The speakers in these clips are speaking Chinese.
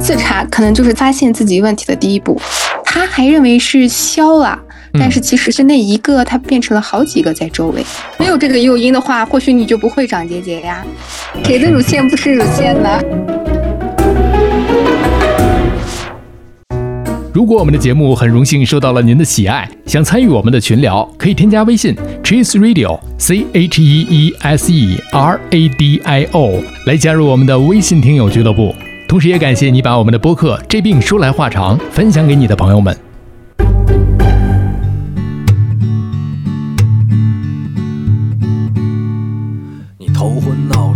自查可能就是发现自己问题的第一步。他还认为是消啊，嗯但是其实是那一个，它变成了好几个在周围。没有这个诱因的话，或许你就不会长结节呀。谁的乳腺不吃乳腺呢？如果我们的节目很荣幸受到了您的喜爱，想参与我们的群聊，可以添加微信 Cheese Radio C H E E S E R A D I O 来加入我们的微信听友俱乐部。同时也感谢你把我们的播客《这病说来话长》分享给你的朋友们。你头昏脑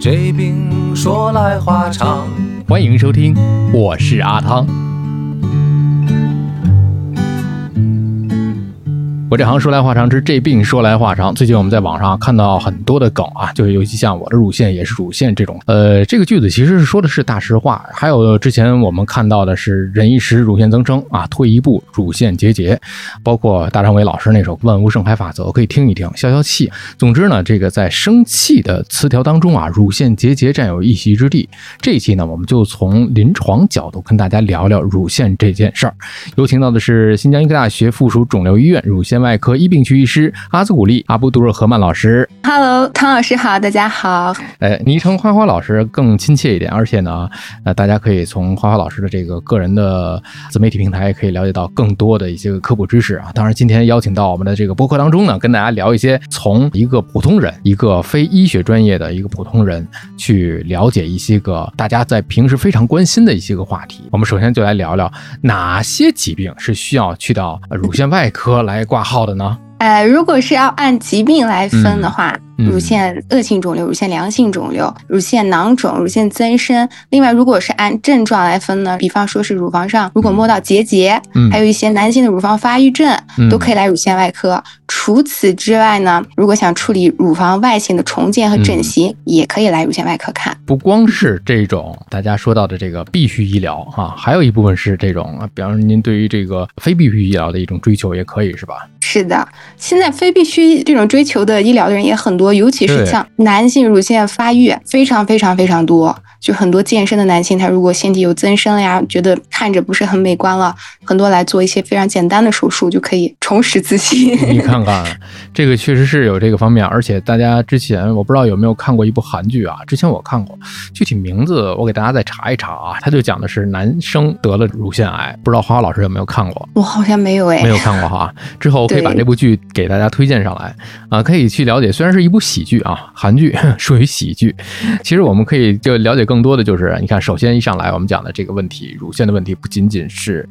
这病说来话长。欢迎收听，我是阿汤。我这行说来话长之这病说来话长。最近我们在网上看到很多的梗啊，就是尤其像我的乳腺也是乳腺这种，呃，这个句子其实是说的是大实话。还有之前我们看到的是忍一时乳腺增生啊，退一步乳腺结节，包括大张伟老师那首《万物盛开法则》，可以听一听消消气。总之呢，这个在生气的词条当中啊，乳腺结节占有一席之地。这一期呢，我们就从临床角度跟大家聊聊乳腺这件事儿。有请到的是新疆医科大学附属肿瘤医院乳腺外科一病区医师阿兹古丽阿布杜尔河曼老师。 Hello，汤老师好，大家好。呃，昵称花花老师更亲切一点，而且呢，呃，大家可以从花花老师的这个个人的自媒体平台可以了解到更多的一些科普知识啊。当然，今天邀请到我们的这个播客当中呢，跟大家聊一些从一个普通人、一个非医学专业的一个普通人去了解一些个大家在平时非常关心的一些个话题。我们首先就来聊聊哪些疾病是需要去到呃乳腺外科来挂号的呢？呃，如果是要按疾病来分的话，嗯嗯乳腺恶性肿瘤、乳腺良性肿瘤、乳腺囊肿、乳腺增生。另外，如果是按症状来分呢，比方说是乳房上如果摸到结节，嗯还有一些男性的乳房发育症，嗯都可以来乳腺外科。除此之外呢，如果想处理乳房外形的重建和嗯整形，也可以来乳腺外科看。不光是这种大家说到的这个必须医疗啊，还有一部分是这种，啊比方说您对于这个非必须医疗的一种追求也可以是吧？是的，现在非必须这种追求的医疗的人也很多，尤其是对像男性乳腺发育非常非常非常多，就很多健身的男性，他如果腺体有增生了呀，觉得看着不是很美观了，很多来做一些非常简单的手术就可以重拾自信。你看看，这个确实是有这个方面，而且大家之前我不知道有没有看过一部韩剧啊，之前我看过，具体名字我给大家再查一查啊，它就讲的是男生得了乳腺癌，不知道花花老师有没有看过？ 我好像没有哎没，有看过哈，之后我可以把对这部剧给大家推荐上来啊，可以去了解。虽然是一部喜剧啊，韩剧属于喜剧，其实我们可以就了解更多的就是，你看，首先一上来我们讲的这个问题，乳腺的问题不仅仅是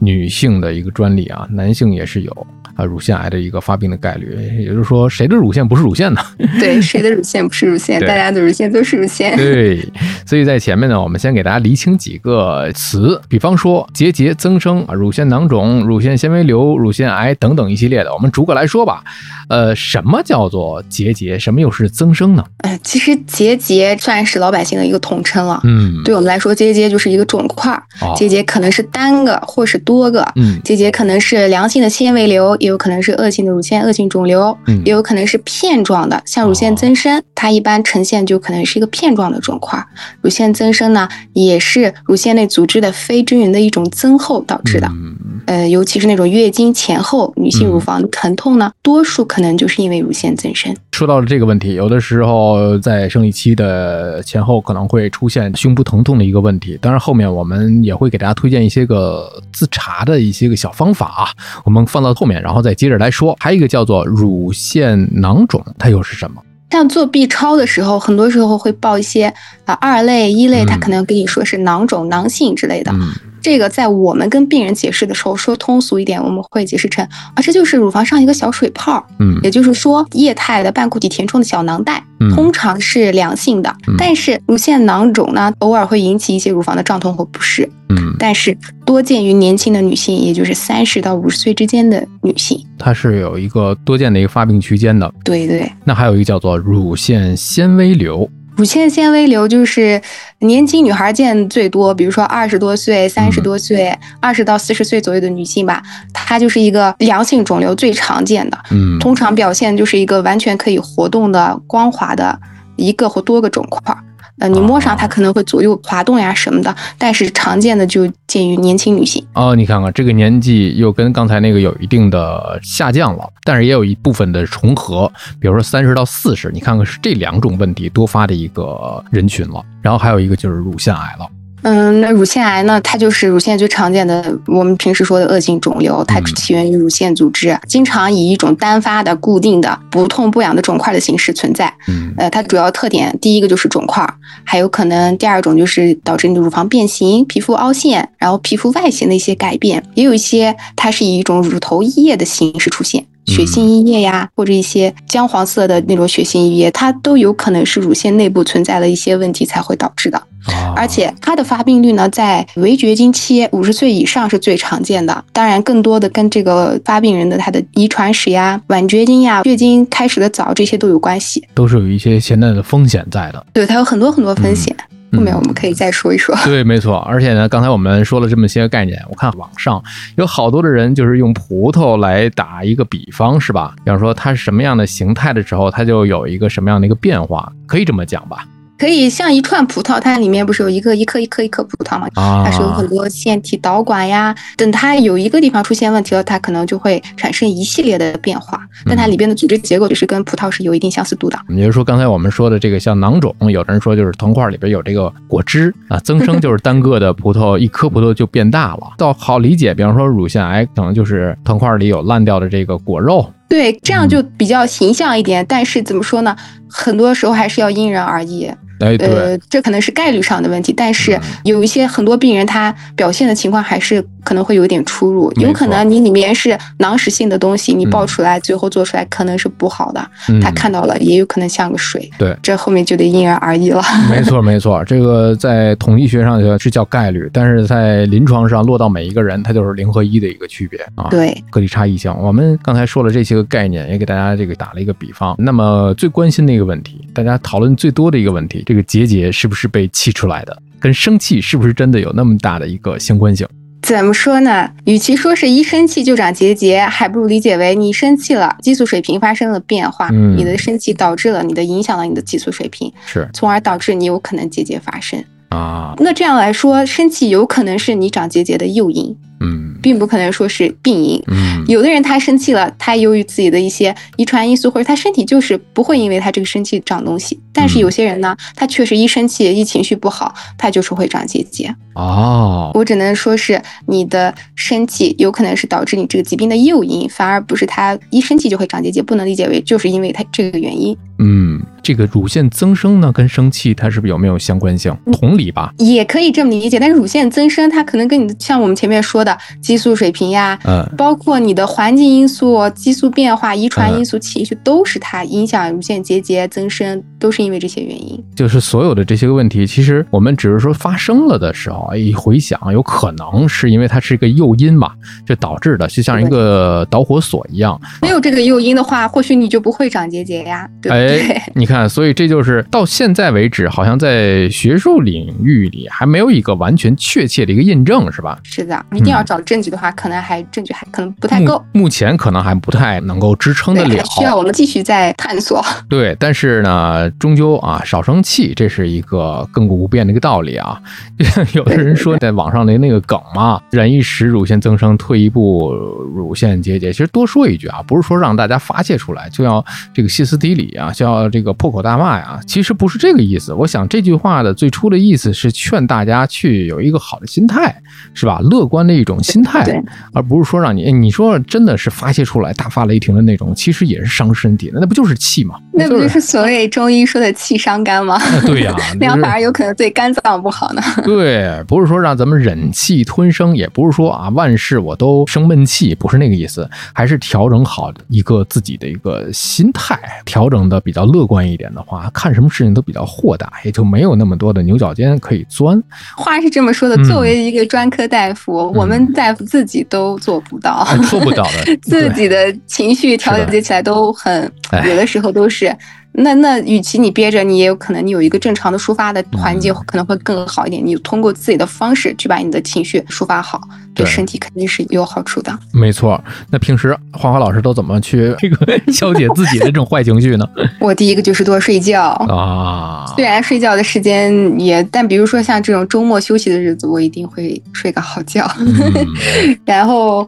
女性的一个专利啊，男性也是有啊乳腺癌的一个发病的概率。也就是说，谁的乳腺不是乳腺呢？对，谁的乳腺不是乳腺？对大家的乳腺都是乳 腺。对，所以在前面呢，我们先给大家厘清几个词，比方说结节增生啊、乳腺囊肿、乳腺纤维瘤、乳腺癌等等一系列的，我们逐个来说吧。呃，什么叫做结节？什么又是增生呢？呃，其实结节算是老百姓的一个统称了。嗯，对我们来说，结节就是一个肿块儿，哦，结节可能是单个或是多个，嗯结节可能是良性的纤维瘤，也有可能是恶性的乳腺恶性肿瘤，嗯哦也有可能是片状的，像乳腺增生，它它一般呈现就可能是一个片状的肿块。乳腺增生呢，也是乳腺内组织的非均匀的一种增厚导致的。嗯呃，尤其是那种月经前后女性乳房疼痛呢，多数可能就是因为乳腺增生。说到了这个问题，有的时候在生理期的前后可能会出现胸部疼痛的一个问题。当然，后面我们也会给大家推荐一些个自查的一些个小方法啊，我们放到后面，然后再接着来说。还有一个叫做乳腺囊肿，它又是什么？像做 B 超的时候，很多时候会报一些啊、呃二类、一类，嗯它可能跟你说是囊肿、囊性之类的。嗯这个在我们跟病人解释的时候，说通俗一点，我们会解释成啊，这就是乳房上一个小水泡儿，嗯也就是说液态的半固体填充的小囊袋，嗯通常是良性的嗯。但是乳腺囊肿呢，偶尔会引起一些乳房的胀痛和不适，嗯，但是多见于年轻的女性，也就是三十到五十岁之间的女性。它是有一个多见的一个发病区间的。对对。那还有一个叫做乳腺纤维瘤，乳腺纤维瘤就是年轻女孩见最多，比如说二十多岁、三十多岁、二十到四十岁左右的女性吧，它就是一个良性肿瘤最常见的，嗯通常表现就是一个完全可以活动的光滑的一个或多个肿块。呃，你摸上它可能会左右滑动呀什么的，但是常见的就见于年轻女性。哦，你看看这个年纪又跟刚才那个有一定的下降了，但是也有一部分的重合，比如说三十到四十，你看看是这两种问题多发的一个人群了。然后还有一个就是乳腺癌了，嗯，那乳腺癌呢？它就是乳腺最常见的，我们平时说的恶性肿瘤，它嗯起源于乳腺组织，啊经常以一种单发的、固定的、不痛不痒的肿块的形式存在。嗯呃，它主要特点，第一个就是肿块，还有可能第二种就是导致你的乳房变形、皮肤凹陷，然后皮肤外形的一些改变，也有一些它是以一种乳头溢液的形式出现。血嗯腥溢液呀，或者一些姜黄色的那种血腥溢液，它都有可能是乳腺内部存在的一些问题才会导致的。啊，呃而且它的发病率呢，在围绝经期五十岁以上是最常见的。当然，更多的跟这个发病人的他的遗传史呀、晚绝经呀、月经开始的早这些都有关系。都是有一些潜在的风险在的。对，它有很多很多风险。嗯后面我们可以再说一说。对，没错。而且呢，刚才我们说了这么些概念，我看网上有好多的人就是用葡萄来打一个比方，是吧？比方说它是什么样的形态的时候，它就有一个什么样的一个变化，可以这么讲吧？可以像一串葡萄，它里面不是有一个一颗一颗一颗葡萄吗？啊，它是有很多腺体导管呀，等它有一个地方出现问题了，它可能就会产生一系列的变化，但它里边的组织结构就是跟葡萄是有一定相似度的。也就是说，刚才我们说的这个像囊肿，有的人说就是藤块里边有这个果汁啊，增生就是单个的葡萄，一颗葡萄就变大了，倒好理解。比方说乳腺癌，可能就是藤块里有烂掉的这个果肉，对，这样就嗯比较形象一点。但是怎么说呢？很多时候还是要因人而异。哎，对，嗯呃，这可能是概率上的问题，但是有一些很多病人他表现的情况还是可能会有点出入。没有可错能你里面是囊实性的东西，你爆嗯出来最后做出来可能是不好的，嗯他看到了也有可能像个水。对啊这后面就得因人而异了。没错，没错，这个在统计学上是叫概率，但是在临床上落到每一个人，它就是零和一的一个区别啊。， 对，个体差异性。我们刚才说了这些个概念，也给大家这个打了一个比方。那么最关心的一个问题，大家讨论最多的一个问题，这个结节是不是被气出来的，跟生气是不是真的有那么大的一个相关性？怎么说呢？与其说是一生气就长结节，还不如理解为你生气了，激素水平发生了变化，嗯你的生气导致了你的影响了你的激素水平，是从而导致你有可能结节发生。啊，那这样来说，生气有可能是你长结节的诱因，嗯并不可能说是病因。嗯有的人他生气了，他由于自己的一些遗传因素，或者他身体就是不会因为他这个生气长东西。但是有些人呢，他确实一生气一情绪不好，他就是会长结节。哦，我只能说是你的生气有可能是导致你这个疾病的诱因，反而不是他一生气就会长结节，不能理解为就是因为他这个原因。嗯，这个乳腺增生呢，跟生气它是不是有没有相关性？同理吧，也可以这么理解，但是乳腺增生它可能跟你的像我们前面说的激素水平呀，嗯。包括你的环境因素、激素变化、遗传嗯因素、情绪，都是它影响乳腺结节增生，都是因为这些原因。就是所有的这些个问题，其实我们只是说发生了的时候，哎一回想，有可能是因为它是一个诱因嘛，就导致的，就像一个导火索一样。没有这个诱因的话，或许你就不会长结节呀，对不哎对？对 哎，你看，所以这就是到现在为止，好像在学术领域里还没有一个完全确切的一个验证，是吧？是的，一定嗯要找证据的话，可能还证据还可能不太够，目目前可能还不太能够支撑得对，了还。需要我们继续再探索。对，但是呢，终究啊，少生气，这是一个亘古不变的一个道理啊。 有的人说，在网上的那个梗嘛， 忍一时乳腺增生，退一步乳腺结节。其实多说一句啊，不是说让大家发泄出来，就要这个歇斯底里啊，就要这个破口大骂呀、其实不是这个意思。我想这句话的最初的意思是劝大家去有一个好的心态，是吧？乐观的一种心态。对，而不是说让你，哎你说真的是发泄出来大发雷霆的那种，其实也是伤身体的，那不就是气吗？那不就就是是所谓中医说的气伤肝吗？ 哎对呀、就是那样反而有可能对肝脏不好呢。对，不是说让咱们忍气吞声，也不是说啊万事我都生闷气，不是那个意思，还是调整好一个自己的一个心态，调整的比较乐观一点的话，看什么事情都比较豁达，也就没有那么多的牛角尖可以 钻。话是这么说的嗯，作为一个专科大夫，我们大夫自己都做不到。哎做不到 的，啊自对哎己的情绪调节起来都很，有的时候都是。那那，与其你憋着，你也有可能你有一个正常的抒发的嗯环境，可能会更好一点。你通过自己的方式去把你的情绪抒发好，对对身体肯定是有好处的。没错。那平时花花老师都怎么去这个 消解自己的这种坏情绪呢？我第一个就是多睡 觉，啊，虽然睡觉的时间也，但比如说像这种周末休息的日子，我一定会睡个好觉。嗯然后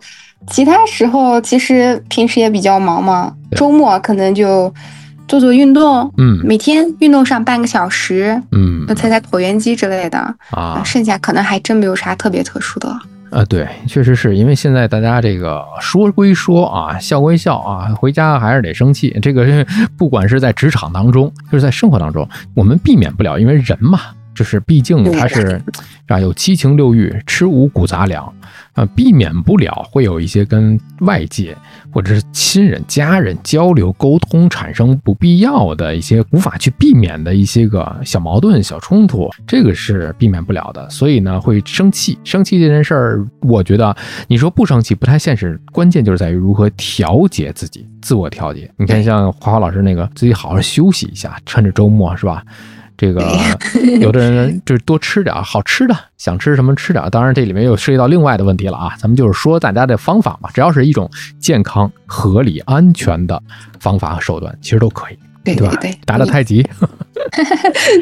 其他时候其实平时也比较忙嘛，对周末可能就做做运动，嗯每天运动上半个小时，嗯就踩踩椭圆机之类的，啊剩下可能还真没有啥特别特殊的了。啊，对，确实是因为现在大家这个说归说啊，笑归笑啊，回家还是得生气。这个是不管是在职场当中，就是在生活当中，我们避免不了，因为人嘛，就是毕竟他是啊有七情六欲，吃五谷杂粮，啊，避免不了会有一些跟外界或者是亲人、家人交流沟通产生不必要的一些无法去避免的一些个小矛盾、小冲突，这个是避免不了的。所以呢，会生气。生气这件事儿，我觉得你说不生气不太现实，关键就是在于如何调节自己，自我调节。你看，像花花老师那个，自己好好休息一下，趁着周末是吧？这个有的嗯人就是多吃点儿好吃的，想吃什么吃点儿。当然，这里面又涉及到另外的问题了啊。咱们就是说大家的方法嘛，只要是一种健康、合理、安全的方法和手段，其实都可以，对吧对，？打打太极，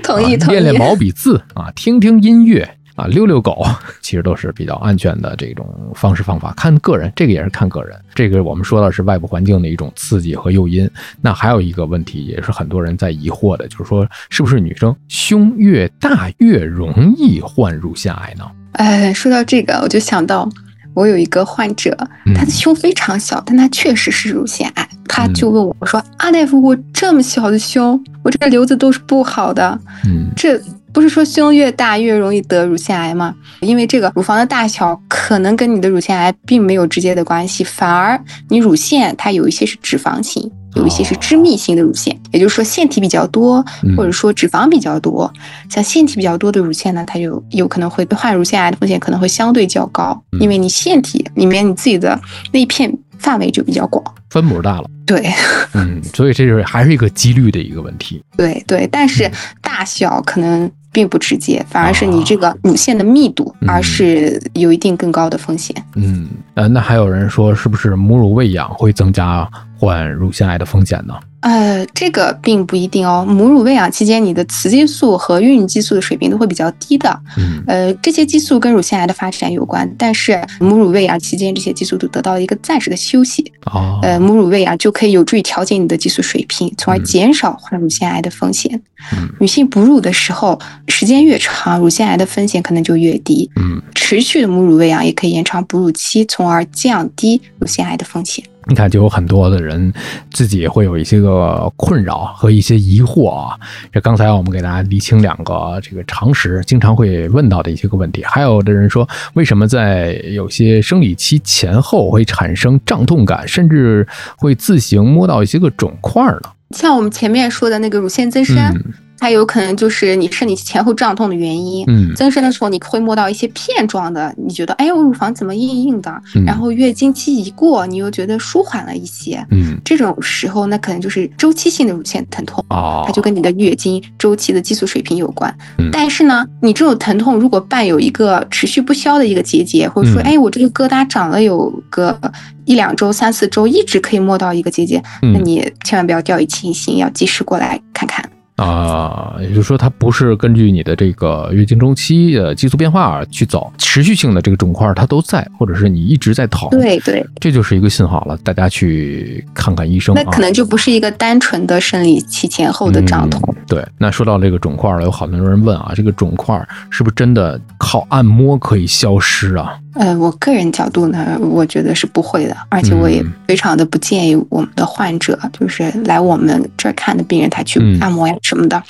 同意啊同意练同练意。毛笔字啊，听听音乐啊，遛遛狗， 其实都是比较安全的这种方式方法。看个人，这个也是看个人。这个我们说到是外部环境的一种刺激和诱因。那还有一个问题，也是很多人在疑惑的，就是说是不是女生胸越大越容易患乳腺癌呢？哎，说到这个，我就想到。我有一个患者，嗯他的胸非常小，但他确实是乳腺癌。他嗯就问我说：“啊，大夫，我这么小的胸，我这个瘤子都是不好的，嗯这不是说胸越大越容易得乳腺癌吗？因为这个乳房的大小可能跟你的乳腺癌并没有直接的关系，反而你乳腺它有一些是脂肪型，有一些是脂密型的乳腺，也就是说腺体比较多嗯，或者说脂肪比较多。像腺体比较多的乳腺呢，它就有可能会患乳腺癌的风险可能会相对较高嗯，因为你腺体里面你自己的内片范围就比较广。分母大了，对嗯，所以这就是还是一个几率的一个问题。对对，但是嗯大小可能并不直接，反而是你啊这个乳腺的密度，嗯而是有一定更高的风险。嗯，呃，那还有人说是不是母乳喂养会增加患乳腺癌的风险呢？呃，这个并不一定哦。母乳喂养期间，你的雌激素和孕育激素的水平都会比较低的。嗯呃，这些激素跟乳腺癌的发展有关，但是母乳喂养期间，这些激素都得到一个暂时的休息。哦，呃，母乳喂养就可以有助于调节你的激素水平，从而嗯减少患乳腺癌的风险。嗯女性哺乳的时候时间越长，乳腺癌的风险可能就越低。嗯，持续的母乳喂养也可以延长哺乳期，从而降低乳腺癌的风险。你看，就有很多的人自己会有一些个困扰和一些疑惑啊。这刚才我们给大家厘清两个这个常识，经常会问到的一些个问题。还有的人说，为什么在有些生理期前后会产生胀痛感，甚至会自行摸到一些个肿块呢？像我们前面说的那个乳腺增生，嗯它有可能就是你生理前后胀痛的原因。嗯增生的时候，你会摸到一些片状的，你觉得哎，我乳房怎么硬硬的？嗯然后月经期一过，你又觉得舒缓了一些。嗯这种时候，那可能就是周期性的乳腺疼痛，哦它，就跟你的月经周期的激素水平有关嗯。但是呢，你这种疼痛如果伴有一个持续不消的一个结节，或者说嗯哎，我这个疙瘩长了有个一两周、三四周，一直可以摸到一个结节，那嗯你千万不要掉以轻心，要及时过来看看。哦啊，也就是说它不是根据你的这个月经周期的激素变化而去走，持续性的这个肿块它都在，或者是你一直在疼，，对对，这就是一个信号了，大家去看看医生那啊可。能就不是一个单纯的生理期前后的胀痛。嗯。对，那说到这个肿块了，有好多人问啊，这个肿块是不是真的靠按摩可以消失啊？呃，我个人角度呢，我觉得是不会的，而且我也嗯非常的不建议我们的患者，就是来我们这儿看的病人，他去嗯按摩呀什么的。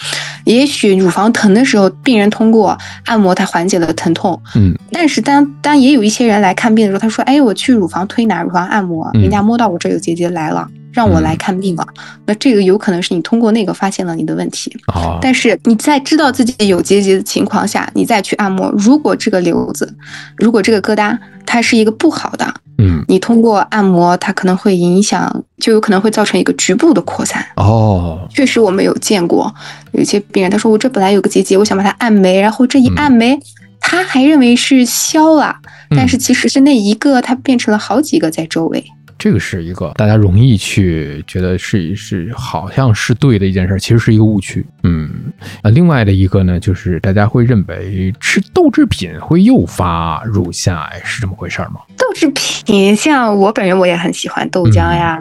也许乳房疼的时候，病人通过按摩他缓解了疼痛，嗯，但是当当也有一些人来看病的时候，他说：“哎，我去乳房推拿、乳房按摩，嗯人家摸到我这儿有结节来了，让我嗯来看病了。那这个有可能是你通过那个发现了你的问题。啊，但是你在知道自己有结节的情况下，你再去按摩，如果这个瘤子，如果这个疙瘩它是一个不好的，嗯，你通过按摩，它可能会影响，就有可能会造成一个局部的扩散。哦，确实我们有见过，有一些病人他说我哦这本来有个结节，我想把它按没，然后这一嗯按没，他还认为是消了，嗯但是其实是那一个，它变成了好几个在周围。这个是一个大家容易去觉得是是好像是对的一件事，其实是一个误区。嗯，呃，另外的一个呢，就是大家会认为吃豆制品会诱发乳腺癌，是这么回事儿吗？豆制品，像我本人我也很喜欢豆浆呀、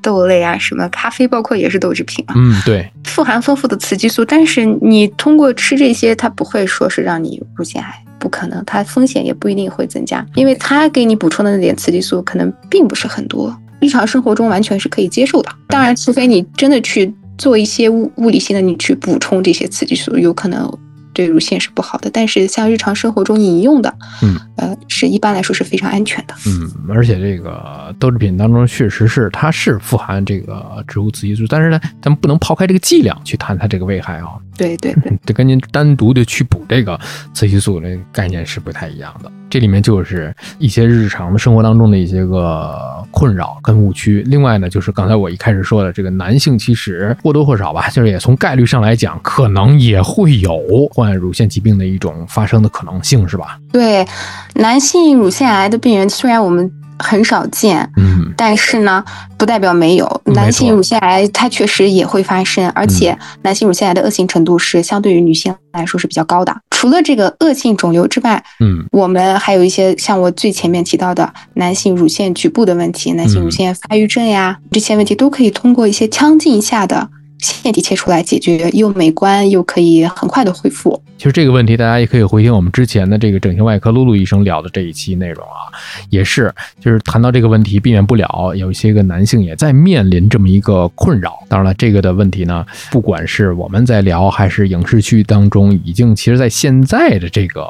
豆类啊，什么咖啡，包括也是豆制品嘛，嗯，对，富含丰富的雌激素。但是你通过吃这些，它不会说是让你有乳腺癌，不可能，它风险也不一定会增加，因为它给你补充的那点雌激素可能并不是很多，日常生活中完全是可以接受的。当然，除非你真的去做一些物物理性的，你去补充这些雌激素，有可能。对乳腺是不好的，但是像日常生活中饮用的，嗯，呃，是一般来说是非常安全的。嗯，而且这个豆制品当中确实是它是富含这个植物雌激素，但是呢，咱们不能抛开这个剂量去谈它这个危害啊，对对对，这跟您单独的去补这个雌激素的概念是不太一样的。这里面就是一些日常的生活当中的一些个困扰跟误区。另外呢，就是刚才我一开始说的，这个男性其实或多或少吧，就是也从概率上来讲，可能也会有患乳腺疾病的一种发生的可能性，是吧？对，男性乳腺癌的病人虽然我们很少见，嗯但是呢，不代表没有。嗯没错嗯男性乳腺癌它确实也会发生，而且男性乳腺癌的恶性程度是相对于女性来说是比较高的。除了这个恶性肿瘤之外，嗯我们还有一些像我最前面提到的男性乳腺局部的问题，男嗯性乳腺发育症呀、这些问题都可以通过一些腔镜下的腺体切除来解决，又美观又可以很快的恢复。其实这个问题，大家也可以回听我们之前的这个整形外科露露医生聊的这一期内容啊，也是就是谈到这个问题，避免不了有一些个男性也在面临这么一个困扰。当然了，这个的问题呢，不管是我们在聊，还是影视剧当中，已经其实在现在的这个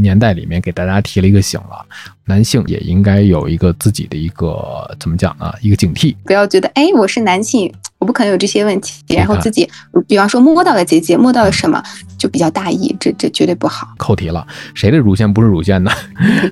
年代里面给大家提了一个醒了，男性也应该有一个自己的一个怎么讲呢？一个警惕。不要觉得哎，我是男性，我不可能有这些问题，然后看自己，比方说摸到了结节，摸到了什么，就比较大意，这这绝对不好。扣题了，谁的乳腺不是乳腺呢？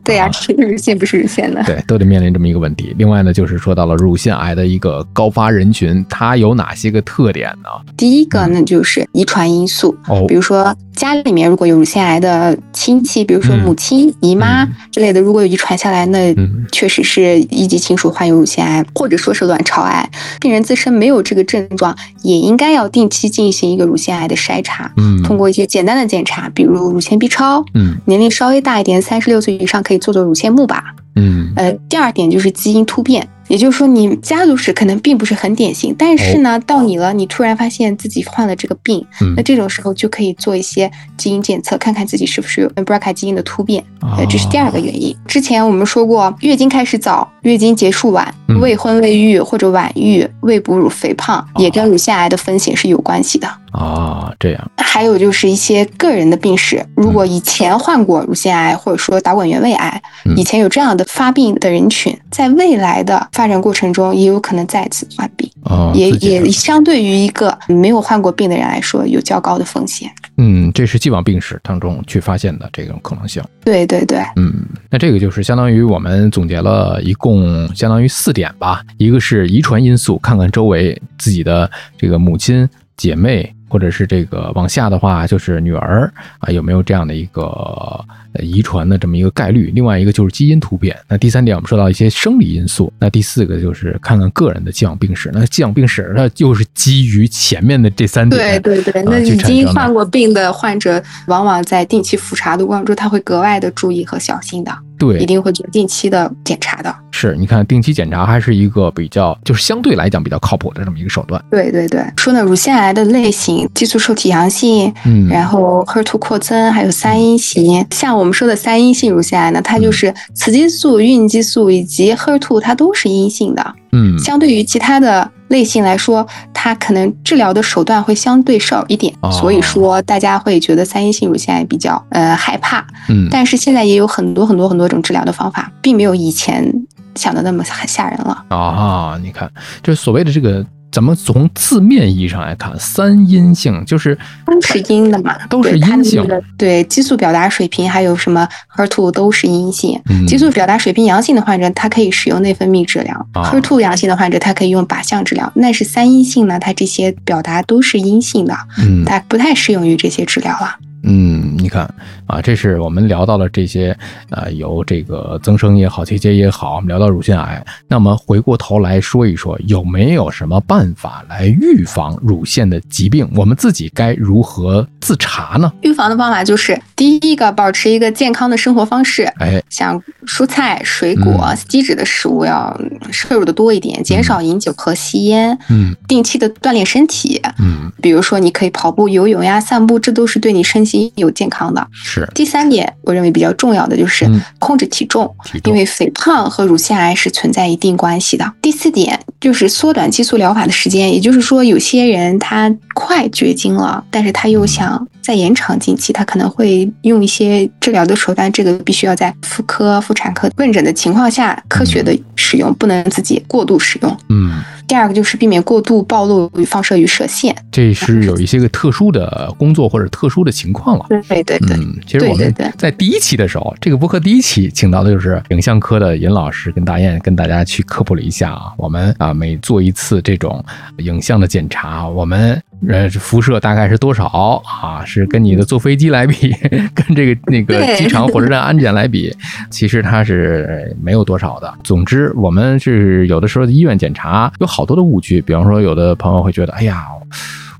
对呀、啊是乳腺不是乳腺 的。对，都得面临这么一个问题。另外呢，就是说到了乳腺癌的一个高发人群，它有哪些个特点呢？第一个呢，就是遗传因素，哦比，如说家里面如果有乳腺癌的亲戚，比如说嗯母亲、姨妈嗯之类的，如果有遗传下来，那嗯确实是一级亲属患有乳腺癌，或者说是卵巢癌。病人自身没有这个症状，也应该要定期进行一个乳腺癌的筛查，嗯，通过一些简单的检查，比如乳腺 B 超、嗯年龄稍微大一点，三十六岁以上可以做做乳腺钼靶。嗯呃，第二点就是基因突变，也就是说你家族史可能并不是很典型，但是呢，到你了，你突然发现自己患了这个病，嗯那这种时候就可以做一些基因检测，看看自己是不是有 BRCA 基因的突变。嗯呃，哦这是第二个原因。之前我们说过，月经开始早，月经结束晚嗯，未婚未育或者晚育、未哺乳、肥胖也跟乳腺癌的风险是有关系的。啊，这样还有就是一些个人的病史，如果以前患过乳腺癌或者说导管原位癌嗯，以前有这样的发病的人群，在未来的发展过程中也有可能再次患病。啊，也自己也的相对于一个没有患过病的人来说，有较高的风险。嗯，这是既往病史当中去发现的这种可能性。对对对，嗯，那这个就是相当于我们总结了一共相当于四点吧，一个是遗传因素，看看周围自己的这个母亲、姐妹，或者是这个往下的话就是女儿啊，有没有这样的一个呃遗传的这么一个概率。另外一个就是基因突变。那第三点我们说到一些生理因素，那第四个就是看看个人的既往病史。那既往病史那又是基于前面的这三对点，对对，那啊去已产经生的患过病的患者，往往在定期复查的过程中，他会格外的注意和小心的，对一定会做定期的检查的。是，你看定期检查还是一个比较，就是相对来讲比较靠谱的这么一个手段。对对对，说呢，乳腺癌的类型，激素受体阳性，嗯，然后 HER2 扩增，还有三阴型。像我们说的三阴性乳腺癌呢，它嗯就是雌激素、孕激素以及 HER2，它都是阴性的。嗯相对于其他的类型来说，它可能治疗的手段会相对少一点哦，所以说大家会觉得三阴性乳腺癌比较呃害怕。嗯，但是现在也有很多很多很多种治疗的方法，并没有以前想的那么吓吓人了。啊，你看，就是所谓的这个，咱们从字面意义上来看，三阴性就是都是阴的嘛，都是对它阴的性那个对激素表达水平还有什么 HER2 都是阴性。嗯激素表达水平阳性的患者，他可以使用内分泌治疗啊；HER2 阳性的患者，他可以用靶向治疗。那是三阴性呢，它这些表达都是阴性的，嗯它不太适用于这些治疗了。嗯，你看啊，这是我们聊到了这些呃，由这个增生也好，结节也好，我们聊到乳腺癌。那么回过头来说一说，有没有什么办法来预防乳腺的疾病？我们自己该如何自查呢？预防的方法就是，第一个，保持一个健康的生活方式，哎，像蔬菜、水果、低脂的食物要摄入的多一点，减少饮酒和吸烟，嗯定期的锻炼身体，嗯，比如说你可以跑步、游泳呀、散步，这都是对你身心有健康的。是第三点，我认为比较重要的就是嗯控制体重，体因重为肥胖和乳腺癌是存在一定关系的。第四点就是缩短激素疗法的时间，也就是说，有些人他快绝经了，但是他又想再延长经期，他可能会用一些治疗的手段，这个必须要在妇科、妇产科问诊的情况下科学的使用，不能自己过度使用。嗯。第二个就是避免过度暴露于放射与射线。这是有一些个特殊的工作或者特殊的情况了。对对对，嗯，其实我对们对对在第一期的时候，这个播客第一期请到的就是影像科的尹老师跟大雁跟大家去科普了一下啊，我们啊每做一次这种影像的检查，我们呃辐射大概是多少啊？是跟你的坐飞机来比， 跟这个那个对机场 火车站安检来比，其实它是没有多少的。总之，我们是有的时候医院检查有好多的误区，比方说有的朋友会觉得，哎呀。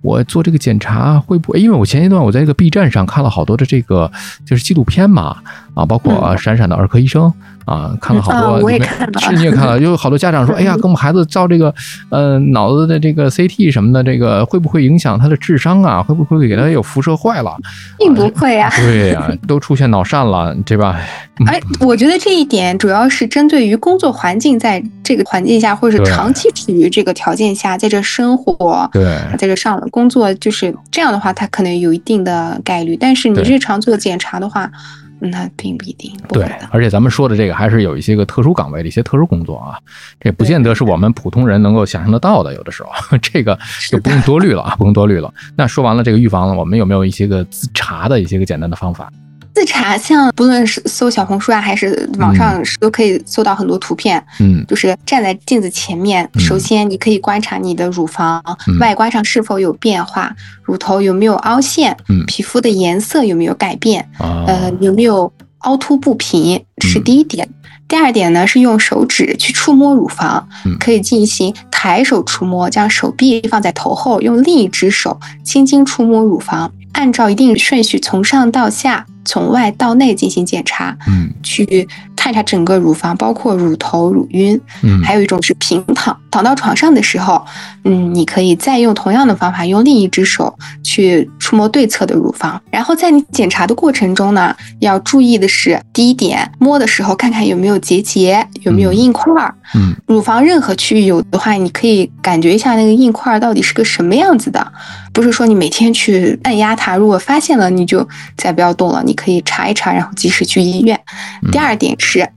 我做这个检查会不会？因为我前一段我在这个 B 站上看了好多的这个就是纪录片嘛，啊，包括、啊、闪闪的儿科医生啊，看了好多。嗯嗯啊我也里面看了是你也看了，有好多 家长说，哎呀，跟我们孩子照这个，呃，脑子的这个 CT 什么的，这个会不会影响他的智商啊？会不会给他有辐射坏 了？并不会啊。对呀、都出现脑疝了，对吧？哎，我觉得这一点主要是针对于工作环境，在这个环境下，或者是对长期处于这个条件下，在这生活，对，在这上工作，就是这样的话，它可能有一定的概率。但是你对日常做检查的话，那并不一定，不会对的，。而且咱们说的这个还是有一些个特殊岗位的一些特殊工作啊，这不见得是我们普通人能够想象得到的。有的时候， 这个就不用多虑了啊，不用多虑了。那说完了这个预防了，我们有没有一些个自查的一些个简单的方法？自查像不论是搜小红书啊，还是网上都可以搜到很多图片，嗯就是站在镜子前面，嗯首先你可以观察你的乳房、嗯外观上是否有变化，乳头有没有凹陷，嗯皮肤的颜色有没有改变，啊，呃，有没有凹凸不平，这是第一点。第二点呢，是用手指去触摸乳房，嗯可以进行抬手触摸，将手臂放在头后，用另一只手轻轻触摸乳房，按照一定顺序从上到下、从外到内进行检查，嗯去探查整个乳房，包括乳头、乳晕。嗯，还有一种是平躺，躺到床上的时候，嗯，你可以再用同样的方法，用另一只手去触摸对侧的乳房。然后在你检查的过程中呢，要注意的是，第一点，摸的时候看看有没有结节，有没有嗯硬块儿。嗯乳房任何区域有的话，你可以感觉一下那个硬块儿到底是个什么样子的，不是说你每天去按压它，如果发现了你就再不要动了，你可以查一查，然后及时去医院嗯。第二点是，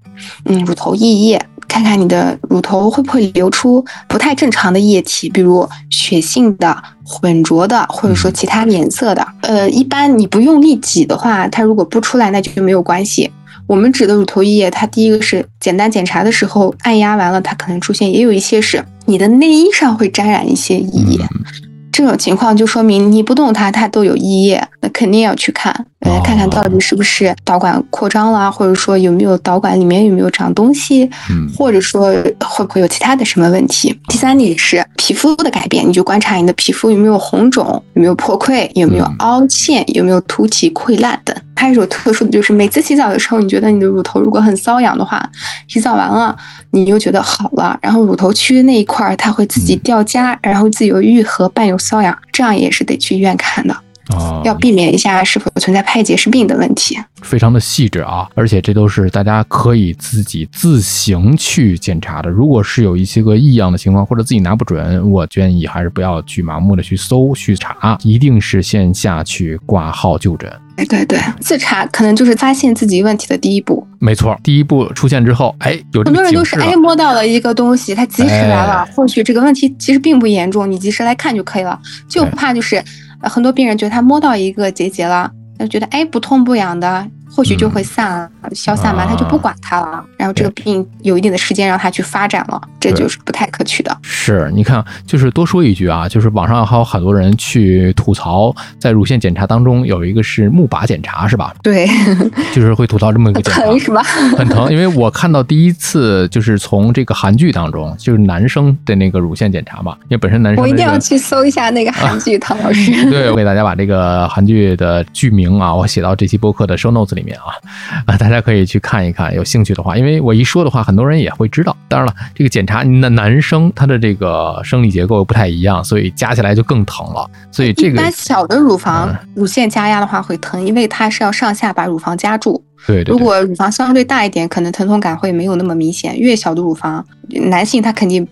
嗯，乳头溢液。看看你的乳头会不会流出不太正常的液体，比如血性的、混浊的，或者说其他颜色的。呃，一般你不用力挤的话，它如果不出来，那就没有关系。我们指的乳头液，它第一个是简单检查的时候按压完了，它可能出现，也有一些是你的内衣上会沾染一些异液。这种情况就说明你不动它，它都有异液，那肯定要去看，哦呃，看看到底是不是导管扩张了，或者说有没有导管里面有没有长东西，嗯或者说会不会有其他的什么问题。第三点是皮肤的改变，你就观察你的皮肤有没有红肿，有没有破溃，有没有嗯凹陷，有没有凸起、溃烂等。还有一种特殊的就是，每次洗澡的时候，你觉得你的乳头如果很瘙痒的话，洗澡完了你又觉得好了，然后乳头区那一块儿它会自己嗯掉痂，然后自由愈合，伴有瘙痒，这样也是得去医院看的，啊，要避免一下是否存在派结石病的问题。非常的细致啊，而且这都是大家可以自己自行去检查的。如果是有一些个异样的情况，或者自己拿不准，我建议还是不要去盲目的去搜去查，一定是线下去挂号就诊。对对对，自查可能就是发现自己问题的第一步。没错，第一步出现之后，哎，有这很多个人都警是示了哎。摸到了一个东西，他及时来了哎，或许这个问题其实并不严重，你及时来看就可以了。就怕就是呃很多病人觉得他摸到一个结节了，他就觉得哎不痛不痒的，或许就会散了，消散完嗯啊他就不管它了，然后这个病有一定的时间让它去发展了，这对就是不太可取的。是，你看，就是多说一句啊，就是网上还有很多人去吐槽，在乳腺检查当中有一个是木靶检查，是吧？对，就是会吐槽这么一个检 查，疼是吧？很疼，因为我看到第一次就是从这个韩剧当中，就是男生的那个乳腺检查嘛，因为本身男生我的一这定要个去搜一下那个韩啊剧，唐老师。 对，我给大家把这个韩剧的剧名啊，我写到这期播客的 show notes 里面啊，啊，大家可以去看一看，有兴趣的话，因为我一说的话，很多人也会知道。当然了，这个检查那男生他的这个生理结构不太一样，所以加起来就更疼了。所以这一 个嗯般小的乳房乳腺加压的话会疼，因为它是要上下把乳房夹住。对对如对，果乳房相对大一点，可能疼痛感会没有那么明显。越小的乳房，男性他肯定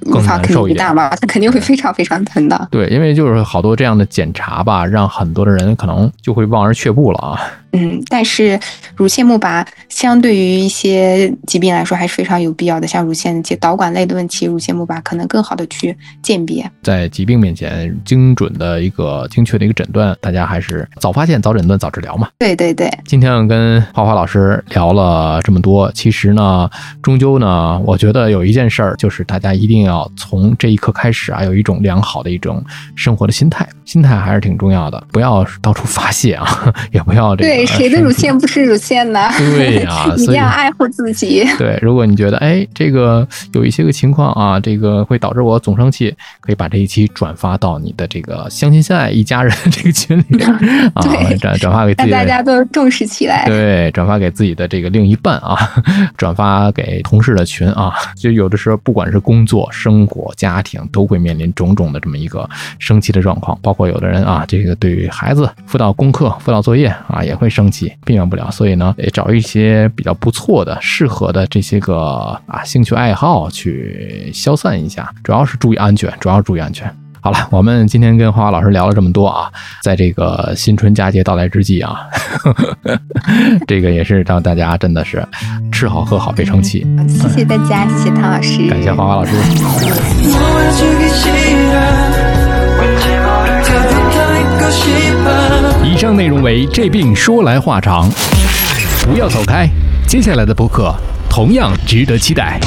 乳更房难肯定受一不点大 嘛，他肯定会非常非常疼的。对，因为就是好多这样的检查吧，让很多的人可能就会望而却步了啊。嗯，但是乳腺木拔相对于一些疾病来说还是非常有必要的，像乳腺结导管类的问题，乳腺木拔可能更好的去鉴别。在疾病面前，精准的一个精确的一个诊断，大家还是早发现、早诊断、早治疗嘛。对对对，今天跟花花老师聊了这么多，其实呢，终究呢，我觉得有一件事儿，就是大家一定要从这一刻开始啊，有一种良好的一种生活的心态， 心态还是挺重要的，不要到处发泄啊， 也不要这个对，谁的乳腺不是乳腺 呢？ 对呀一定所以要爱护自己。对，如果你觉得哎，这个有一些个情况啊，这个会导致我总生气，可以把这一期转发到你的这个相亲相爱一家人这个群 里边啊，对转转发给自让己大的。家都重视起来。对，转发给自己的这个另一半啊， 转发给同事的群啊，就有的时候不管是工作、生活、家庭，都会面临种种的这么一个生气的状况。包括有的人啊，这个对于孩子辅导功课、辅导作业啊，也会生气，避免不了。所以呢，得找一些比较不错的、适合的这些个啊兴趣爱好去消散一下，主要是注意安全，主要注意安全。好了，我们今天跟花花老师聊了这么多啊，在这个新春佳节到来之际啊， 这个也是让大家真的是吃好喝好别生气。谢谢大家，谢谢唐老师，感谢花花老师。 놀아주기 싫어 왠지 모르게 더 있고 싶어 以上内容为《这病说来话长》，不要走开，接下来的播客同样值得期待。